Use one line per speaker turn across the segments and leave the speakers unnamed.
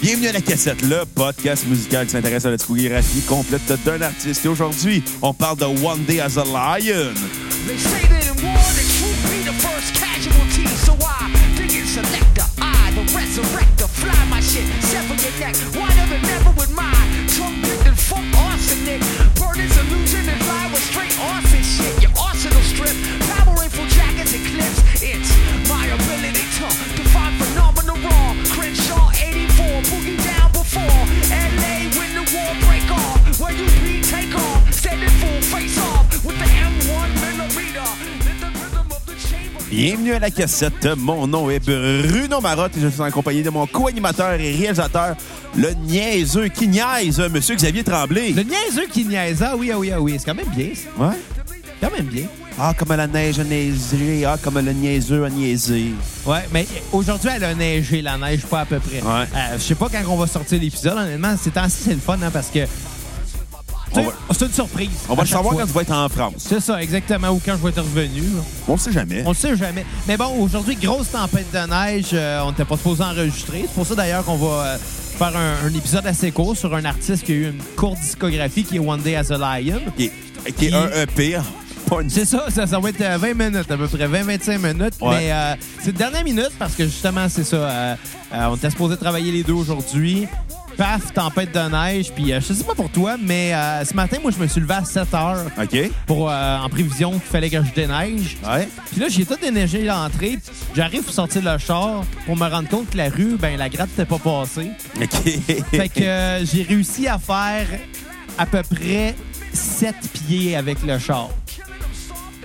Bienvenue à la cassette, le podcast musical qui s'intéresse à la discographie complète d'un artiste. Et aujourd'hui, on parle de One Day as a Lion.
They say that in war the truth be the first casualty. So I dig it selector, I the resurrector, fly my shit, sever your neck, wider than ever with my trumpet and funk arsenic. Burn is illusion and fly with straight arson shit. Your arsenal strip, power rifle jackets and clips. It's my ability to define phenomenal raw. Crenshaw 84, boogie down before. LA when the war break off, where you be take off, standing full face off with the M1 millimeter. Let the rhythm of the chamber.
Bienvenue à la cassette. Mon nom est Bruno Marotte et je suis en compagnie de mon co-animateur et réalisateur, le niaiseux qui niaise, Monsieur Xavier Tremblay.
Le niaiseux qui niaise, ah oui, ah oui, ah oui. C'est quand même bien, ça.
Ouais.
Quand même bien.
Ah, comme la neige a niaisé. Ah, comme le niaiseux a niaisé.
Ouais, mais aujourd'hui, elle a neigé, la neige, pas à peu près.
Ouais.
Euh, je sais pas quand on va sortir l'épisode, honnêtement. Ces temps-ci, c'est le fun, hein, parce que. tu sais,
va-
C'est une surprise.
On va
à
le
chaque
savoir
fois.
quand tu vas être en France.
C'est ça, exactement, ou quand je vais être revenu. là.
On le sait jamais.
On le sait jamais. Mais bon, aujourd'hui, grosse tempête de neige. euh, on n'était pas supposé enregistrer. C'est pour ça, d'ailleurs, qu'on va euh, faire un, un épisode assez court sur un artiste qui a eu une courte discographie qui est One Day as a Lion.
Qui est, qui est un EP. hein. Pas une-
C'est ça, ça, ça va être euh, 20 minutes, à peu près 20-25 minutes.
Ouais.
Mais euh, c'est la dernière minute parce que justement, c'est ça. euh, euh, on était supposé travailler les deux aujourd'hui. Paf, tempête de neige. Puis euh, je sais pas pour toi, mais euh, ce matin, moi, je me suis levé à 7 heures
OK?
pour, euh, en prévision qu'il fallait que je déneige.
Ouais.
Puis là, j'ai tout déneigé l'entrée. J'arrive pour sortir le char pour me rendre compte que la rue, ben la gratte n'était pas passée.
OK.
Fait que euh, j'ai réussi à faire à peu près 7 pieds avec le char.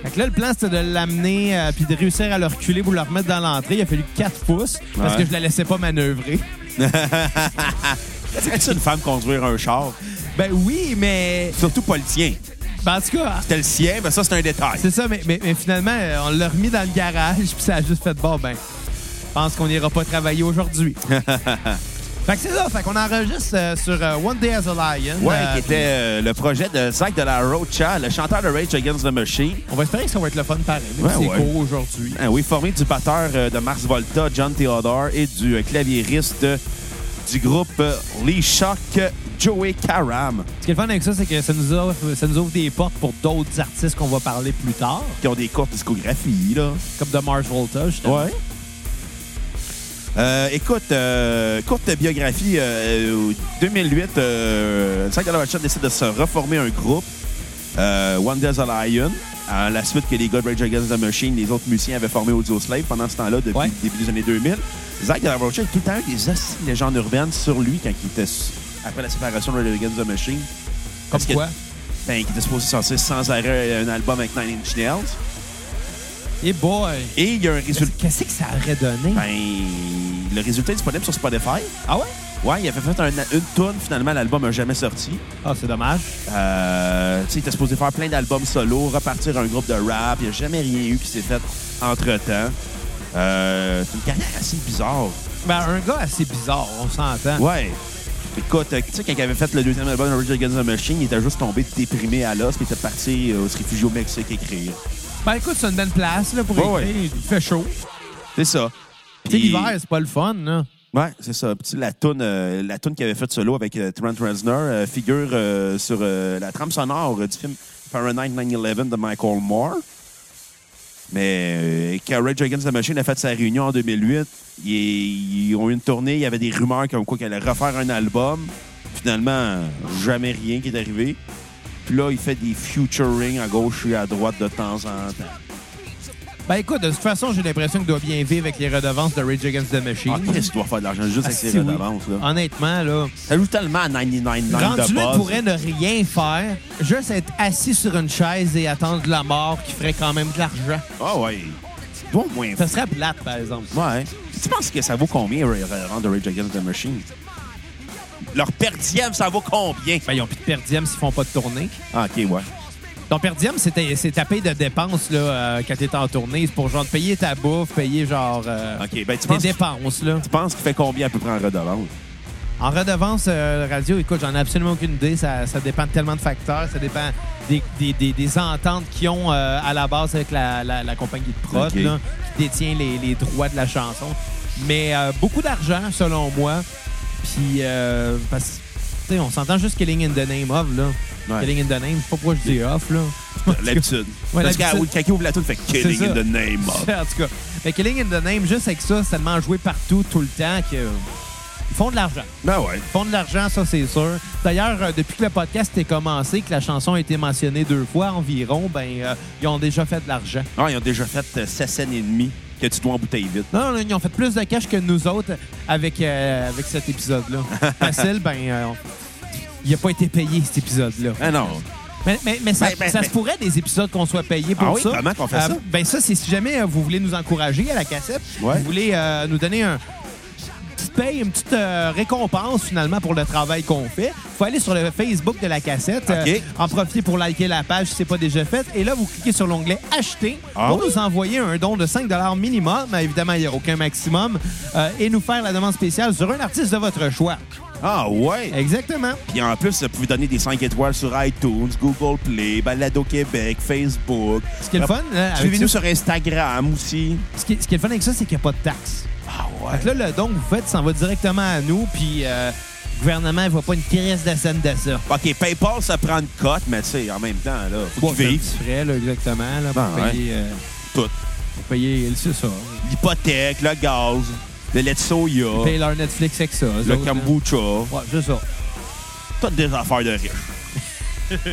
Fait que là, le plan, c'était de l'amener euh, puis de réussir à le reculer pour le remettre dans l'entrée. Il a fallu 4 pouces parce
Ouais.
que je la laissais pas manœuvrer.
C'est une femme conduire un char.
Ben oui, mais...
Surtout pas le tien.
Ben, en tout cas,
C'était le sien, mais ça, c'est un détail.
c'est ça. Mais, mais- mais finalement, euh, on l'a remis dans le garage puis ça a juste fait « Bon, ben, je pense qu'on n'ira pas travailler aujourd'hui. » Fait que c'est ça. Fait qu'on enregistre euh, sur euh, One Day as a Lion.
Ouais,
Euh,
qui était euh, le projet de Zach de la Rocha, le chanteur de Rage Against the Machine.
On va espérer que ça va être le fun pareil. même
Ouais,
si c'est
ouais.
court aujourd'hui.
Ah oui, formé du batteur euh, de Mars Volta, John Theodore, et du euh, claviériste euh, du groupe euh, Lee Shock, euh, Joey Karam,
Ce qui est le fun avec ça, c'est que ça nous offre, ça nous ouvre des portes pour d'autres artistes qu'on va parler plus tard,
qui ont des courtes discographies, là.
comme de Mars Volta, justement.
Ouais. Euh, écoute, euh, courte biographie, euh, 2008, euh, Zach de la Rocha décide de se reformer un groupe, euh, One Days a Lion, à la suite que les gars de Rage Against the Machine, les autres musiciens avaient formé Audio Slave pendant ce temps-là, depuis
Ouais.
le début des années 2000. Zach de la Rocha a tout le temps eu des assises légendes urbaines sur lui quand il était s- après la séparation de Rage Against the Machine.
Comme
Parce que-
quoi.
Ben, qui était supposé sortir sans arrêt un album avec Nine Inch Nails.
Et boy!
Et il y a un résultat.
Qu'est-ce que ça aurait donné?
Ben, le résultat est disponible sur Spotify.
Ah ouais?
Ouais, il avait fait un- une tourne, finalement, l'album n'a jamais sorti.
Ah, c'est dommage.
Euh, tu sais, il était supposé faire plein d'albums solo, repartir un groupe de rap, il n'y a jamais rien eu qui s'est fait entre-temps. Euh, c'est une carrière assez bizarre.
Ben, un gars assez bizarre, on s'entend.
Ouais. Écoute, euh, tu sais, quand il avait fait le deuxième album de Rage Against the Machine, il était juste tombé déprimé à l'os, puis il était parti euh, se réfugier au Mexique écrire.
Ben, écoute, c'est une bonne place là, pour
Ouais,
écrire. Il fait chaud.
C'est ça.
Tu sais,
Puis-
l'hiver, c'est pas le fun, là.
Ouais, c'est ça. Puis, tu sais, la toune, euh, la toune qu'il avait faite solo avec euh, Trent Reznor euh, figure euh, sur euh, la trame sonore euh, du film Fahrenheit 9/11 de Michael Moore. Mais euh, quand Rage Against the Machine a fait sa réunion en 2008, ils, ils ont eu une tournée, il y avait des rumeurs comme quoi qu'elle allait refaire un album. Finalement, jamais rien qui est arrivé. Puis là, il fait des featuring à gauche et à droite de temps en temps.
Ben, écoute, de toute façon, j'ai l'impression qu'il doit bien vivre avec les redevances de Rage Against the Machine.
Ah, qu'est-ce qu'il doit faire de l'argent juste
Ah,
avec ses
si, oui.
redevances, là?
Honnêtement, là.
Ça joue tellement à 99 de
Rendu là,
base.
il pourrait ne rien faire, juste être assis sur une chaise et attendre la mort qui ferait quand même de l'argent.
Ah ouais. Bon, au moins.
Ça serait plate, par exemple.
Ouais. Tu penses que ça vaut combien, Ray- Ray- Rand de Rage Against the Machine? Leur per diem, ça vaut combien?
Ben, ils n'ont plus de per diem s'ils font pas de tournée.
Ah, OK, ouais.
Ton per diem, c'est ta- c'est ta paye de dépenses là, euh, quand t'es en tournée. C'est pour genre de payer ta bouffe, payer genre euh,
OK, ben tu
tes
penses,
dépenses. Là.
tu penses qu'il fait combien à peu près en redevance?
En redevance euh, radio, écoute, j'en ai absolument aucune idée. Ça, ça dépend de tellement de facteurs. Ça dépend des, des- des- des ententes qu'ils ont euh, à la base avec la, la- la compagnie de prod
Ok.
là, qui détient les, les droits de la chanson. Mais euh, beaucoup d'argent, selon moi. Puis, euh, parce que, tu sais, on s'entend juste Killing in the Name of, là.
Ouais.
Killing in the Name, je sais pas pourquoi je dis off, là.
L'habitude.
Ouais,
Parce qu'à
l'habitude.
Kaki ouvre la toune, fait Killing
C'est
in
ça.
the name of.
en tout cas. Mais Killing in the Name, juste avec ça, c'est tellement joué partout, tout le temps, que. euh, Ils font de l'argent.
Ben ouais.
Ils font de l'argent, ça, c'est sûr. D'ailleurs, euh, depuis que le podcast est commencé, que la chanson a été mentionnée deux fois environ, ben, euh, ils ont déjà fait de l'argent.
Ah, ils ont déjà fait euh, sa scène et demie que tu dois embouteiller vite.
Non, non, ils ont fait plus de cash que nous autres avec, euh, avec cet épisode-là. Facile, ben, euh, on- il n'a pas été payé, cet épisode-là.
Ah non.
Mais, mais- mais ça,
Ben, ben,
ça
ben.
se pourrait des épisodes qu'on soit payé pour
Ah oui?
ça.
Comment qu'on fait ça?
Ben ça, c'est si jamais euh, vous voulez nous encourager à la cassette,
Ouais.
vous voulez euh, nous donner un une petite paye, une petite euh, récompense finalement pour le travail qu'on fait. Faut aller sur le Facebook de la cassette, euh,
OK.
en profiter pour liker la page si c'est pas déjà fait. Et là, vous cliquez sur l'onglet Acheter
Ah
pour
oui?
nous envoyer un don de 5 minimum. Évidemment, il n'y a aucun maximum. euh, et nous faire la demande spéciale sur un artiste de votre choix.
Ah ouais.
Exactement.
Puis en plus, vous pouvez donner des 5 étoiles sur iTunes, Google Play, Balado Québec, Facebook.
Ce qui est le fun, là, avec
Suivez-nous
ça-
sur Instagram aussi.
Ce qui, ce qui est le fun avec ça, c'est qu'il n'y a pas de taxe.
Ah
Fait que là, le don que vous faites s'en va directement à nous, puis euh, le gouvernement ne voit pas une crise de scène de ça.
OK, PayPal, ça prend une cote, mais tu sais, en même temps, là, faut
Bon,
qu'ils vivent.
c'est un petit frais, là, exactement, là, pour,
Ben, ouais.
payer, euh,
Tout.
pour payer, c'est ça.
L'hypothèque, le gaz, le lait de soya,
Ils payent leur Netflix avec ça. hein. eux
le
autres, là.
kombucha,
Ouais, c'est ça.
toutes des affaires de riches.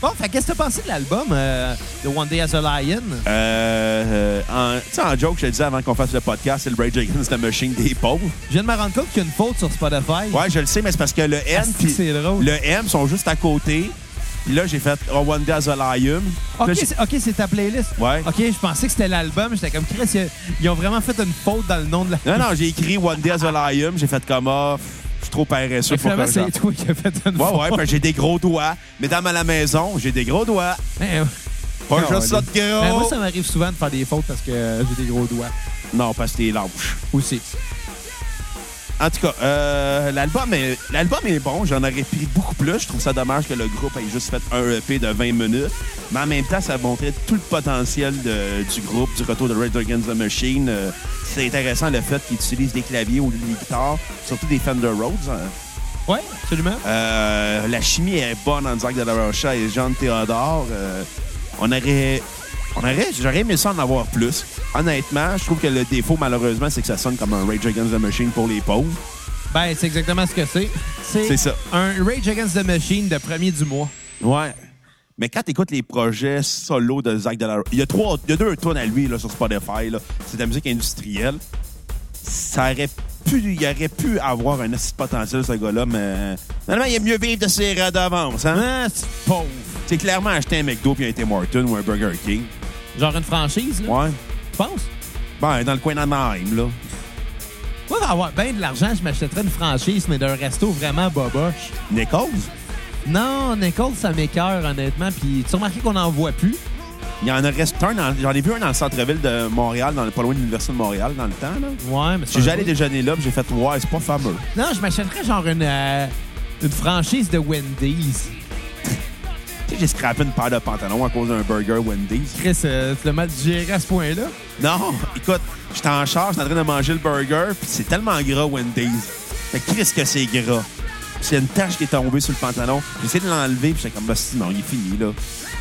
Bon, fait qu'est-ce que t'as pensé de l'album euh, de One Day as a Lion?
Euh, euh, en- tu sais, en joke, je le disais avant qu'on fasse le podcast, c'est le Rage Against the Machine des pauvres.
Je viens de me rendre compte qu'il y a une faute sur Spotify.
Ouais, je le sais, mais c'est parce que le
Ah,
N
c'est
puis
c'est drôle.
le M sont juste à côté. Puis là, j'ai fait oh, One Day as a Lion.
OK,
Là, j'ai-
c'est- OK, c'est ta playlist.
Ouais.
OK, je pensais que c'était l'album. J'étais comme, Chris, ils- ils ont vraiment fait une faute dans le nom de la...
Non, non, j'ai écrit One Day as a Lion. J'ai fait comme, ah, pff, je suis trop paresseux
Mais
pour
finalement,
corriger.
c'est toi qui as fait une
Ouais,
faute.
ouais, parce que j'ai des gros doigts. Mesdames à la maison, j'ai des gros doigts.
Mais, euh,
Pas
Non,
juste ça de gros.
Ben, moi, ça m'arrive souvent de faire des fautes parce que euh, j'ai des gros doigts
Non, parce que t'es lâche.
aussi.
En tout cas, euh, l'album est, l'album est bon. J'en aurais pris beaucoup plus. Je trouve ça dommage que le groupe ait juste fait un EP de 20 minutes. Mais en même temps, ça montrait tout le potentiel de- du groupe, du retour de Red Against the Machine. Euh, c'est intéressant le fait qu'ils utilisent des claviers au lieu des guitares, surtout des Fender Rhodes. hein.
Ouais, absolument.
Euh, la chimie est bonne entre Zach de la Rocha et Jean Théodore. Euh, on aurait. On aurait. J'aurais aimé ça en avoir plus. Honnêtement, je trouve que le défaut, malheureusement, c'est que ça sonne comme un Rage Against the Machine pour les pauvres.
Ben, c'est exactement ce que c'est.
C'est ça.
Un Rage Against the Machine de premier du mois.
Ouais. Mais quand t'écoutes les projets solo de Zach Delarue, il y a trois, il y a deux tonnes à lui là, sur Spotify. là. C'est de la musique industrielle. Ça aurait pu, il aurait pu avoir un assez de potentiel ce gars-là, mais finalement, il est mieux vivre de ses redevances. Hein?
Ah, c'est pauvre.
C'est clairement acheter un McDo puis un Tim Hortons ou un Burger King.
Genre une franchise, là,
Ouais.
tu penses?
Ben, dans le coin d'Anaheim, là.
Moi, d'avoir bien de l'argent, je m'achèterais une franchise, mais d'un resto vraiment boboche.
Nichols,
Non, Nicole, ça m'écœure, honnêtement. Puis tu remarques qu'on n'en voit plus.
il y en a resté un, dans- j'en ai vu un dans le centre-ville de Montréal, dans le, pas loin de l'Université de Montréal, dans le temps, là.
Ouais, mais
J'ai
c'est.
déjà allé déjeuner là, puis j'ai fait, ouais, c'est pas fameux.
Non, je m'achèterais genre une, euh, une franchise de Wendy's.
Tu sais, j'ai scrappé une paire de pantalons à cause d'un burger Wendy's.
Chris, euh, tu l'as mal digéré à ce point-là?
Non, écoute, j'étais en charge, j'étais en train de manger le burger, puis c'est tellement gras, Wendy's. Fait que Christ que c'est gras. Puis il y a une tache qui est tombée sur le pantalon. J'ai essayé de l'enlever, puis j'étais comme, bah, si, non, il est fini, là.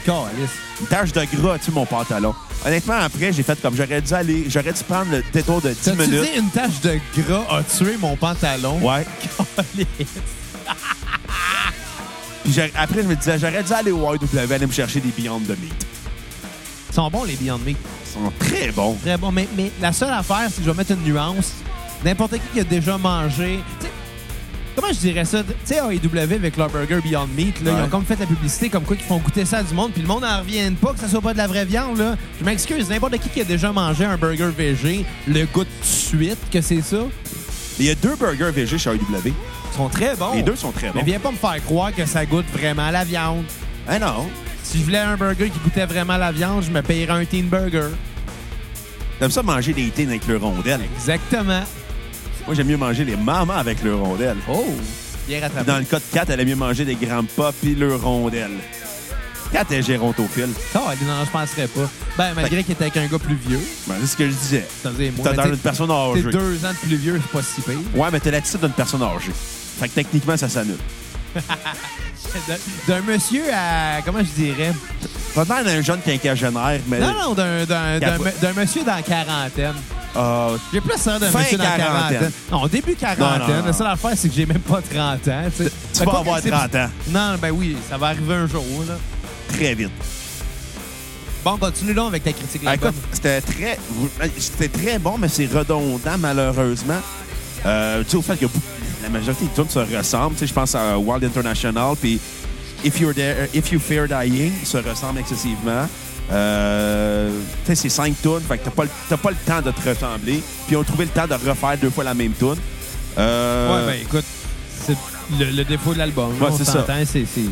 Calice.
Une tache de gras, tu mon pantalon. Honnêtement, après, j'ai fait comme, j'aurais dû aller, j'aurais dû prendre le détour de 10
T'as-tu
minutes.
dit une tache de gras a tué mon pantalon?
Ouais.
Calice.
Puis j'ai- après, je me disais, j'aurais dû aller au YW aller me chercher des Beyond de Meat.
Ils sont bons, les Beyond Meat.
Ils sont très bons.
Très bons. Mais, mais la seule affaire, c'est que je vais mettre une nuance. N'importe qui qui a déjà mangé... tu sais, Comment je dirais ça? Tu sais, AEW avec leur burger Beyond Meat, là,
Ouais.
ils ont comme fait la publicité, comme quoi qu'ils font goûter ça à du monde, puis le monde n'en revient pas que ça soit pas de la vraie viande. là. Je m'excuse, n'importe qui qui a déjà mangé un burger VG le goûte tout de suite que c'est ça.
Mais il y a deux burgers VG chez AEW.
Ils sont très bons.
Les deux sont très
Oh. Mais
bons.
viens pas me faire croire que ça goûte vraiment la viande.
Ah non.
Si je voulais un burger qui goûtait vraiment la viande, je me payerais un Teen Burger.
J'aime ça manger des thins avec le rondelle.
Exactement.
Moi, j'aime mieux manger les mamans avec le rondelle.
Oh! Bien rattrapé.
Dans le cas de Kat, elle aime mieux manger des grands-pas puis le rondelle. Quand t'es gérontophile.
Calais, Ah, non, je penserais pas. Ben, malgré qu'il était avec un gars plus vieux,
Ben, c'est ce que je disais.
ça faisait moins.
T'as
mais
l'air d'une
t'sais,
personne âgée.
t'es deux ans de plus vieux, c'est pas si pire.
Ouais, mais t'as l'attitude d'une personne âgée. Fait que techniquement, ça s'annule.
De- D'un monsieur à. Comment je dirais?
T'as l'air d'un jeune quinquagénaire, mais.
Non, non, d'un- d'un d'un-
Euh, Quatre-
d'un monsieur dans la quarantaine.
Euh,
J'ai plus ça d'un
Fin
monsieur dans la
quarantaine.
quarantaine. Non, début
Non, non,
quarantaine.
non.
La seule affaire, c'est que j'ai même pas 30 ans. Tu sais.
tu
Fait
vas
quoi
avoir
que c'est-
30 ans.
Non, ben oui, ça va arriver un jour. Là.
Très vite.
Bon, continue donc avec ta critique.
Ah,
là
écoute, c'était très, c'était très bon, mais c'est redondant, malheureusement. Euh, tu sais, au fait que beaucoup- la majorité des tunes se ressemblent. Tu sais, je pense à Wild International, puis If, You're There- euh, If You Fear Dying se ressemblent excessivement. Euh, tu sais, c'est cinq tunes, fait que t'as pas, le- t'as pas le temps de te ressembler. Puis on trouvait le temps de refaire deux fois la même tune. Euh,
Ouais, ben écoute, c'est le, le défaut de l'album. là,
Ouais,
on
c'est ça.
s'entend, c'est c'est-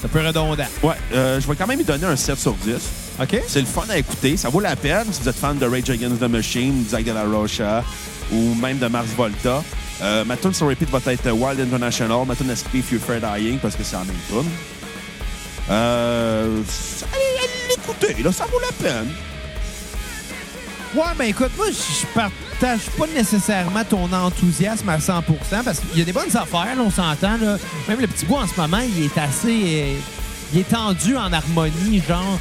c'est un peu redondant.
ouais, euh, je vais quand même lui donner un 7 sur 10.
OK?
C'est le fun à écouter. Ça vaut la peine si vous êtes fan de Rage Against the Machine, Zack de la Rocha ou même de Mars Volta. Euh, ma tune sur repeat va être Wild International, ma tune SP Few Fair Dying parce que c'est en même tune. Euh, allez, allez l'écouter, là, ça vaut la peine.
Ouais, ben écoute, moi, je partage pas nécessairement ton enthousiasme à 100 parce qu'il y a des bonnes affaires, là, on s'entend. là. Même le petit bois, en ce moment, il est assez... euh, il est tendu en harmonie, genre...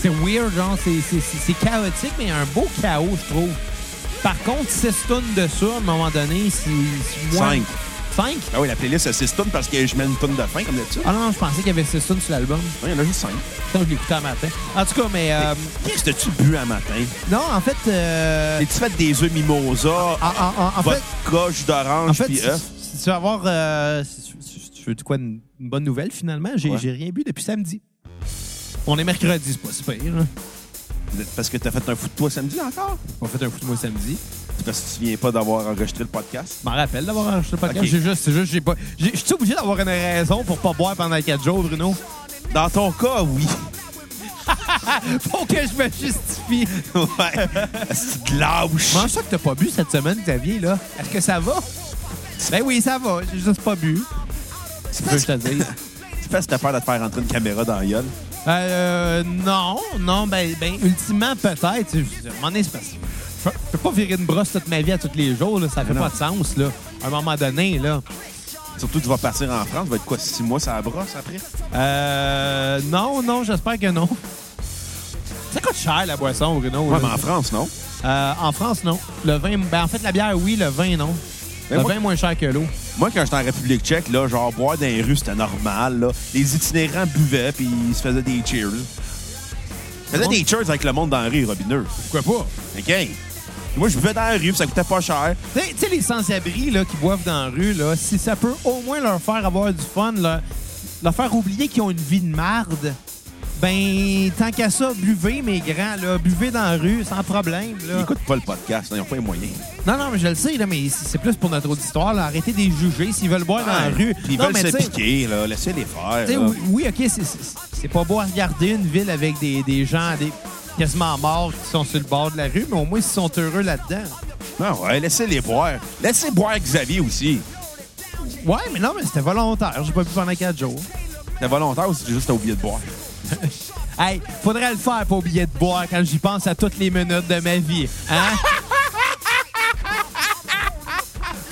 C'est weird, genre, c'est- c'est c'est- c'est chaotique, mais un beau chaos, je trouve. Par contre, 6 tonnes de ça, à un moment donné, c'est... c'est moins-
Cinq.
Cinq?
Ah oui, la playlist, c'est 6 tunes parce que je mets une tune de fin comme d'habitude.
Ah non, non, je pensais qu'il y avait 6 tonnes sur l'album.
Non, il y en a juste 5.
Putain, je l'écoutais un matin. En tout cas, mais... euh,
Qu'est-ce que tu bu à matin?
non, en fait... euh,
Es-tu fait des œufs mimosa,
en- en- en fait,
vodka, jus
En
d'orange,
fait,
puis
si,
œufs?
si tu vas avoir. euh, si tu- si tu veux de quoi une, une bonne nouvelle, finalement, j'ai
Ouais.
j'ai rien bu depuis samedi. On est mercredi, c'est pas si pire. hein.
Parce que t'as fait un fou de toi samedi hein? encore?
On a fait un coup de moi samedi.
C'est parce que tu te souviens pas d'avoir enregistré le podcast?
Je m'en rappelle d'avoir enregistré le podcast.
Ok.
J'ai juste, c'est juste, j'ai pas. j'ai- Je suis obligé d'avoir une raison pour pas boire pendant quatre jours, Bruno.
Dans ton cas, oui.
Faut que je me justifie.
ouais. C'est de lâche.
Mange ça que t'as pas bu cette semaine, Xavier, là. Est-ce que ça va? Ben oui, ça va. J'ai juste pas bu.
C'est
Je veux que je te dise.
C'est parce que t'as peur de te faire rentrer une caméra dans la gueule.
Euh, non, non, ben, ben ultimement, peut-être. Je veux dire, à un moment donné, c'est parce que je peux- je peux pas virer une brosse toute ma vie à tous les jours, là, ça fait
Non.
pas de sens, là. À un moment donné, là.
Surtout, tu vas partir en France. Tu vas être quoi, six mois, ça la brosse après?
Euh, non, non, j'espère que non. Ça coûte cher, la boisson, Bruno.
Ouais,
là.
mais en France, non?
Euh, en France, non. Le vin, ben, en fait, la bière, oui, le vin, non.
Ben,
le
moi-
vin est moins cher que l'eau.
Moi, quand j'étais en République tchèque, là, genre, boire dans les rues, c'était normal. Là. Les itinérants buvaient puis ils se faisaient des cheers. Ils faisaient
Bon.
des cheers avec le monde dans la rue, robineux.
Pourquoi
OK? Moi, je buvais dans la rue, puis ça coûtait pas cher.
pas? Tu sais, les sans-abri là, qui boivent dans la rue, là, si ça peut au moins leur faire avoir du fun, leur, leur faire oublier qu'ils ont une vie de marde, ben, tant qu'à ça, buvez, mes grands, là, buvez dans la rue, sans problème.
Ils
Là.
écoutent pas le podcast, hein, ils ont pas les moyens.
Non, non, mais je le sais, là, mais c'est c'est plus pour notre auditoire. là. Arrêtez de les juger s'ils veulent boire dans la rue.
Puis ils
non,
veulent
mais
se
tu sais-
piquer, là. Laissez-les faire.
Tu sais,
là.
oui, oui, OK, c'est- c'est c'est pas beau à regarder une ville avec des, des gens des, quasiment morts qui sont sur le bord de la rue, mais au moins, ils sont heureux là-dedans.
Ah ouais, laissez-les boire. Laissez boire Xavier aussi.
Ouais, mais non, mais c'était volontaire. J'ai pas bu pendant quatre jours.
T'es volontaire ou c'est juste t'as oublié de boire?
Hey, faudrait le faire pour oublier de boire quand j'y pense à toutes les minutes de ma vie. Hein?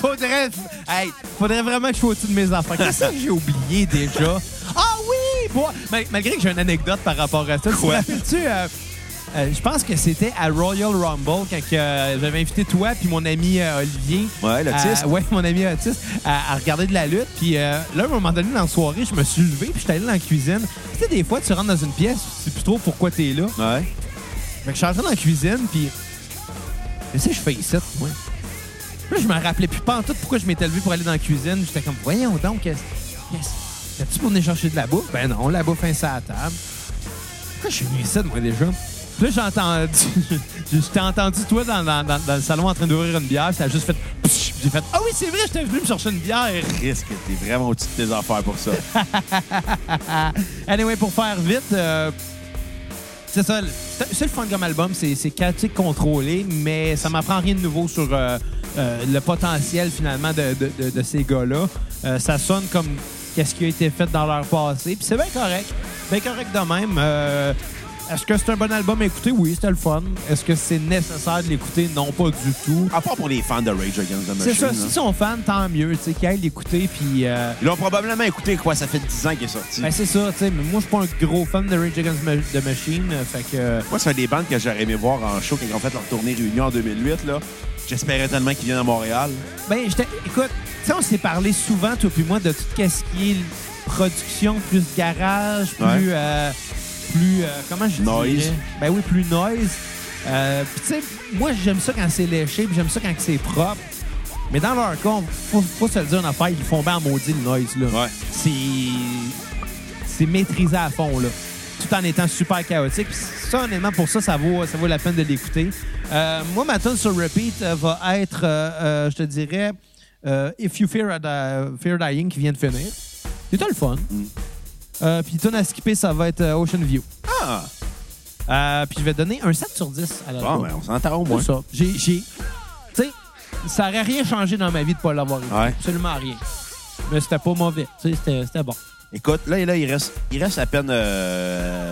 faudrait. Hey, faudrait vraiment que je sois au-dessus de mes enfants. Qu'est-ce que j'ai oublié déjà? Ah oui! boire! Ma- Malgré que j'ai une anecdote par rapport à ça, tu te
Quoi?
rappelles-tu? euh, euh, je pense que c'était à Royal Rumble quand que, euh, j'avais invité toi puis mon ami euh, Olivier.
Ouais, l'autiste.
à- ouais, mon ami euh, autiste, à, à regarder de la lutte. Puis euh, là, à un moment donné, dans la soirée, je me suis levé puis j'étais allé dans la cuisine. Tu sais, des fois, tu rentres dans une pièce, tu sais plus trop pourquoi t'es là.
Ouais.
Fait que je suis entré dans la cuisine, puis... Qu'est-ce que je fais ici, moi? Là, je me rappelais plus pas en tout pourquoi je m'étais levé pour aller dans la cuisine. J'étais comme, voyons donc, qu'est-ce... qu'est-ce- T'as-tu pour venir chercher de la bouffe? Ben non, la bouffe, hein, c'est à la table. Pourquoi je suis venu ici, moi, déjà? Puis là, j'ai entendu... je t'ai entendu, toi, dans, dans- dans- dans le salon en train d'ouvrir une bière, puis ça a juste fait... psh Puis J'ai fait, ah oui, c'est vrai, j'étais venu me chercher une bière.
Risque, t'es vraiment au-dessus de tes affaires pour ça.
Anyway, pour faire vite, euh, c'est ça. le- C'est c'est le fun comme album, c'est c'est chaotique contrôlé, mais ça m'apprend rien de nouveau sur euh, euh, le potentiel finalement de, de- de- de ces gars-là. Euh, ça sonne comme qu'est-ce qui a été fait dans leur passé, puis c'est bien correct. bien correct de même. Euh, Est-ce que c'est un bon album à écouter? Oui, c'était le fun. Est-ce que c'est nécessaire de l'écouter? Non, pas du tout.
À part pour les fans de Rage Against the Ah, Machine. hein.
C'est ça,
là.
si ils sont fans, tant mieux, tu sais, qu'ils aillent l'écouter, puis... euh,
Ils l'ont probablement écouté, quoi. Ça fait 10 ans qu'il est sorti.
ben, c'est ça, tu sais, mais moi, je suis pas un gros fan de Rage Against Ma- the Machine, euh, fait que... euh,
Moi, c'est un des bandes que j'aurais aimé voir en show quand ils ont fait leur tournée Réunion en 2008. là. J'espérais tellement qu'ils viennent à Montréal.
Ben, j'étais- écoute, tu sais, on s'est parlé souvent, toi puis moi, de tout ce qui est production, plus garage, plus...
Ouais.
euh, plus euh, comment je
Noise.
dirais? Ben oui, plus noise. Euh, puis tu sais, moi, j'aime ça quand c'est léché, puis j'aime ça quand c'est propre. Mais dans leur cas, on- faut, faut se le dire en affaire, ils font bien en maudit le noise, là.
Ouais.
C'est... C'est maîtrisé à fond, là. Tout en étant super chaotique. Puis ça, honnêtement, pour ça, ça vaut, ça vaut la peine de l'écouter. Euh, moi, ma tune sur repeat euh, va être, euh, euh, je te dirais, euh, If You Fear, Di- Fear Dying, qui vient de finir. C'est tout le fun. Euh, puis tune à skipper, ça va être euh, Ocean View.
Ah!
Euh, puis je vais donner un 7 sur 10 à l'album.
Bon, ben, on s'entend au moins.
C'est ça. J'ai. j'ai- Tu sais, ça aurait rien changé dans ma vie de pas l'avoir écouté.
Ouais.
Absolument rien. Mais c'était pas mauvais. Tu sais, c'était c'était bon.
Écoute, là, là il, reste, il reste à peine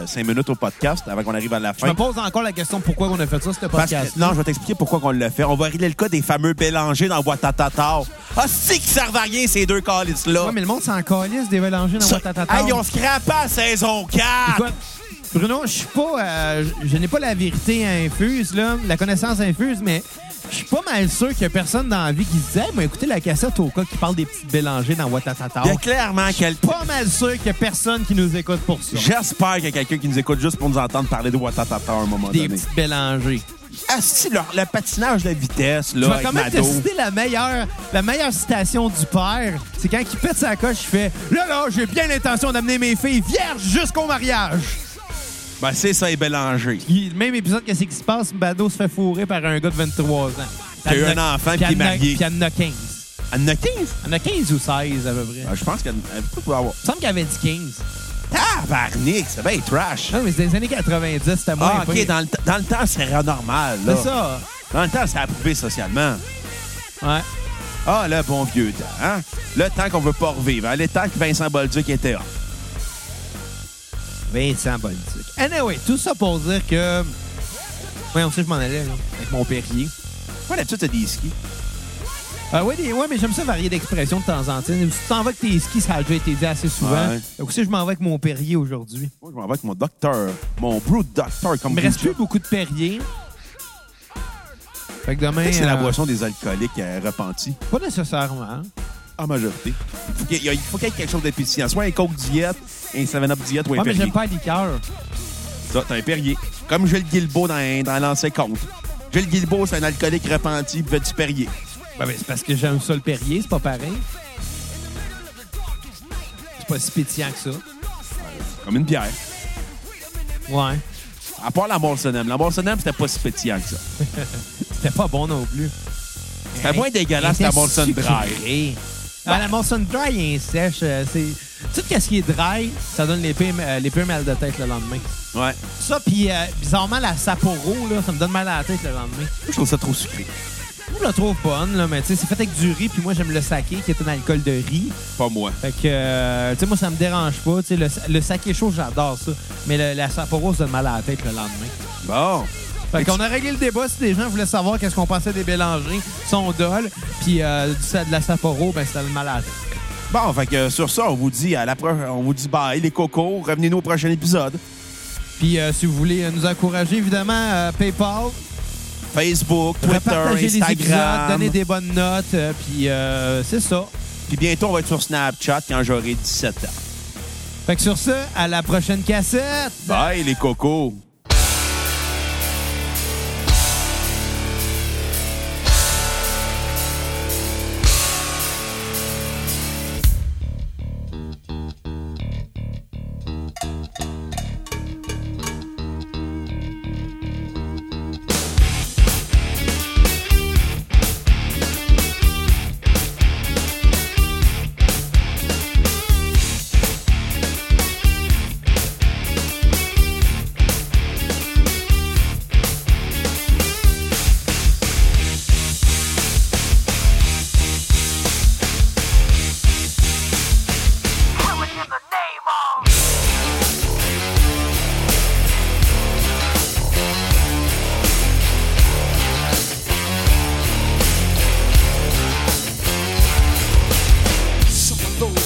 5 minutes au podcast avant qu'on arrive à la
Je me
fin.
pose encore la question pourquoi on a fait ça, ce
Parce que-
podcast.
non, je vais t'expliquer pourquoi on l'a fait. On va régler le cas des fameux Bélangers dans Boîte à Tatar. Ah, c'est qu'ils servent à rien, ces deux calices-là.
Ouais, mais le monde s'en calisse des mélangés dans
Ça-
votre tatata.
Hey, ils ont scrappé à saison 4!
Écoute, Bruno, je suis pas. euh, je- je n'ai pas la vérité infuse, là, la connaissance infuse, mais je suis pas mal sûr qu'il y a personne dans la vie qui se disait hey, mais écoutez la cassette au cas qui parle des petites Bélangers dans Watatata.
Il y a clairement quelqu'un.
Pas mal sûr qu'il y a personne qui nous écoute pour ça.
J'espère qu'il y a quelqu'un qui nous écoute juste pour nous entendre parler de Watatata à un moment
Des
donné.
petites Bélangers.
Ah, si, le, le patinage de vitesse, là,
Je vais
avec
quand même te
Mado.
citer la meilleure, la meilleure citation du père. C'est quand il pète sa coche, il fait Là, là, j'ai bien l'intention d'amener mes filles vierges jusqu'au mariage.
Ben, c'est ça, les Bélangers.
Il- le même épisode, qu'est-ce qui se passe Bado se fait fourrer par un gars de 23 ans.
Qui a eu
Elle en
un enfant, puis
elle
qui est
en a-
marié.
Puis elle en a 15.
Elle en a 15?
Elle en a 15 ou 16 à peu près.
Ben, je pense qu'elle elle peut pouvoir avoir.
Il me semble qu'elle avait dit 15.
Tabarnak, c'est bien trash.
Non, mais c'est des années 90, c'était moins.
Ah, OK,
pire.
dans le, t- dans le temps, c'est normal, là.
C'est ça.
Dans le temps, c'est approuvé socialement.
Ouais.
Ah, le bon vieux temps, hein? Le temps qu'on veut pas revivre. hein? Le temps que Vincent Bolduc était hein? off.
Vincent Bolduc. Anyway, tout ça pour dire que. Ouais, on sait, je m'en allais, là, avec mon Perrier.
Moi, là-dessus, t'as des skis.
Euh, oui, des- ouais, mais j'aime ça varier d'expressions de temps en temps. Si tu t'en vas avec tes skis, ça a déjà été dit assez souvent.
Ouais.
Donc, si je m'en vais avec mon Perrier aujourd'hui.
Moi, je m'en vais avec mon docteur, mon brew docteur,
Il
comme
me reste
Gucci.
plus beaucoup de Perrier. Fait que demain.
Peut-être que C'est la
euh,
boisson des alcooliques euh, repentis,
Pas nécessairement.
en majorité. Il faut qu'il y, ait- il faut qu'il y ait quelque chose d'épicien. Soit un Coke Diet, un 7-Up Diet ou un
Ouais, mais
Perrier.
j'aime pas la liqueur.
Ça, T'as un Perrier. Comme Gilles Guilbeault dans, dans l'ancien compte. Gilles Guilbeault, c'est un alcoolique repenti, il veut du Perrier.
Ben, ben, c'est parce que j'aime ça le Perrier, c'est pas pareil. C'est pas si pétillant que ça.
Comme une bière.
Ouais.
À part la Molsonham. La Molsonham, c'était pas si pétillant que ça.
C'était pas bon non plus.
C'était moins dégueulasse que la Molson Dry.
Ah, la Molson Dry est sèche. euh, c'est... Tout ce qui est dry, ça donne les pires, euh, les pires mal de tête le lendemain.
Ouais.
Ça, puis euh, bizarrement, la Sapporo, là, ça me donne mal à la tête le lendemain.
Je trouve ça trop sucré.
Je la trouve bonne, là, mais tu sais, c'est fait avec du riz, puis moi, j'aime le saké, qui est un alcool de riz.
Pas moi.
Fait que, euh, tu sais, moi, ça me dérange pas. Tu sais, le, le saké chaud, j'adore ça. Mais le- la Sapporo, ça donne mal à la tête le lendemain.
Bon.
Fait qu'on a réglé le débat. Si les gens voulaient savoir qu'est-ce qu'on pensait des Bélangers, son dol, puis euh, du sa- de la Sapporo, ben, ça donne mal à la tête.
Bon, fait que euh, sur ça, on vous dit à la pro- on vous dit bye les cocos, revenez-nous au prochain épisode.
Puis euh, si vous voulez euh, nous encourager, évidemment, euh, PayPal,
Facebook, Twitter,
repartagez les épisodes,
Instagram.
donnez des bonnes notes, euh, puis euh, c'est ça.
Puis bientôt, on va être sur Snapchat quand j'aurai 17 ans.
Fait que sur ce, à la prochaine cassette!
Bye les cocos.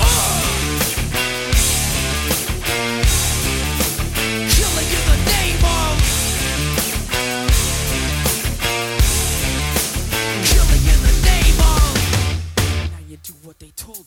Uh! Killing in the name of. Killing in the name of. Now you do what they told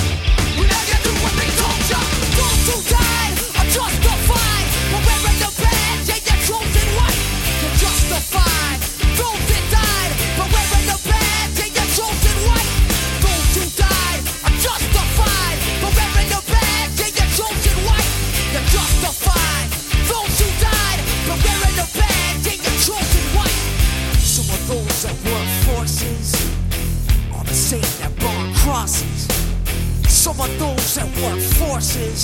And now you do what they told ya. Those who died are justified. We're wearing the badge and you're chosen white. You're justified. Those that died are wearing the badge and you're chosen white. Those who died are justified. We're wearing the badge and you're chosen white. You're justified. Those who died are wearing the badge and you're chosen white. Some of those that work forces are the same that burn crosses. Some of those that work forces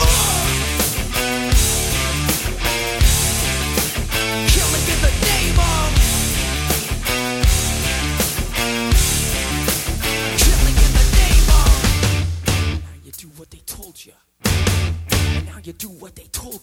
Ugh. Killing in the name of. Killing in the name of. Now you do what they told you. Now you do what they told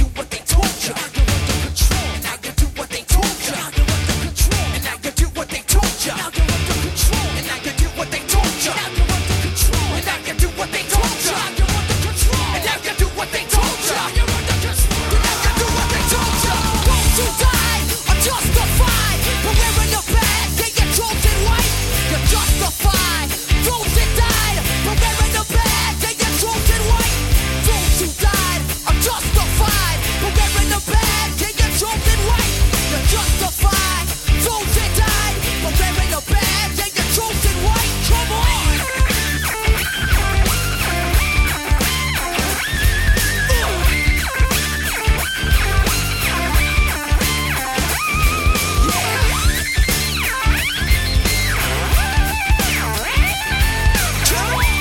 do what they told you. Now you're under control. Now you do what they told you. Now you're under control. And now you do what they told you. Now you're under control. And now you do what they told you. Now you're under control. And now you do what they told you. Now you're under control. And now you do what they told you. Now you're under control. And now you do what they told you. Those who died are justified. But wearing the bad, they get chosen white. You're justified. Those that died, but wearing the bad, they get chosen white. Those who died are justified. But wearing the bad, they get chosen white. You're justified. Those that died, but wearing the bad, they get chosen white. Come on. Come on.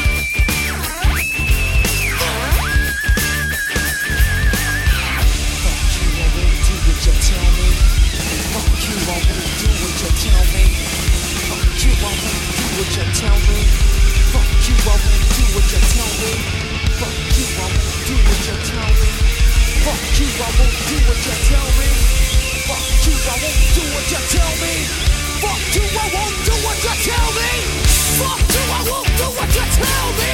Fuck you, I won't do what you tell me. Fuck you, I won't do what you tell me. Fuck you, I won't do what you tell me. Fuck you, I won't do what you tell me. Fuck you, I won't do what you tell me. Fuck you, I won't do what you tell me. Fuck you, I won't do what you tell me. Fuck you, I won't do what you tell me. Fuck you, I won't do what you tell me.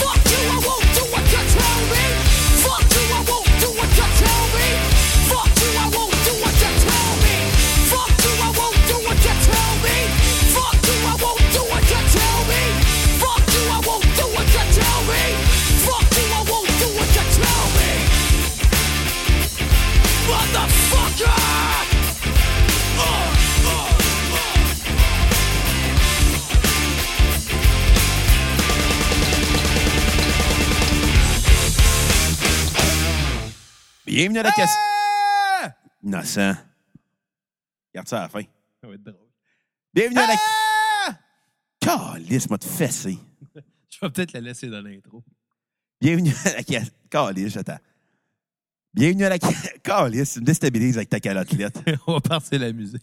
Fuck you, I won't do what you tell me. Fuck you, I won't do what you tell me. Fuck you, I won't do what you tell me. Fuck you, I won't do what you tell me. Fuck you, I won't do what you tell me. Fuck you, I won't do what you tell me. Fuck you, I won't do what you tell me. Motherfucker! Uh, uh, uh.
Bienvenue à la cassette.
Ah!
Innocent. Garde ça à la fin.
Ça va être drôle.
Bienvenue à la.
Ah!
Calice, m'a te fessé.
Je vais peut-être la laisser dans l'intro.
Bienvenue à la cassette. Calice, j'attends. Bienvenue à la cassette. Calice, tu me déstabilises avec ta calottelette.
On va passer la musique.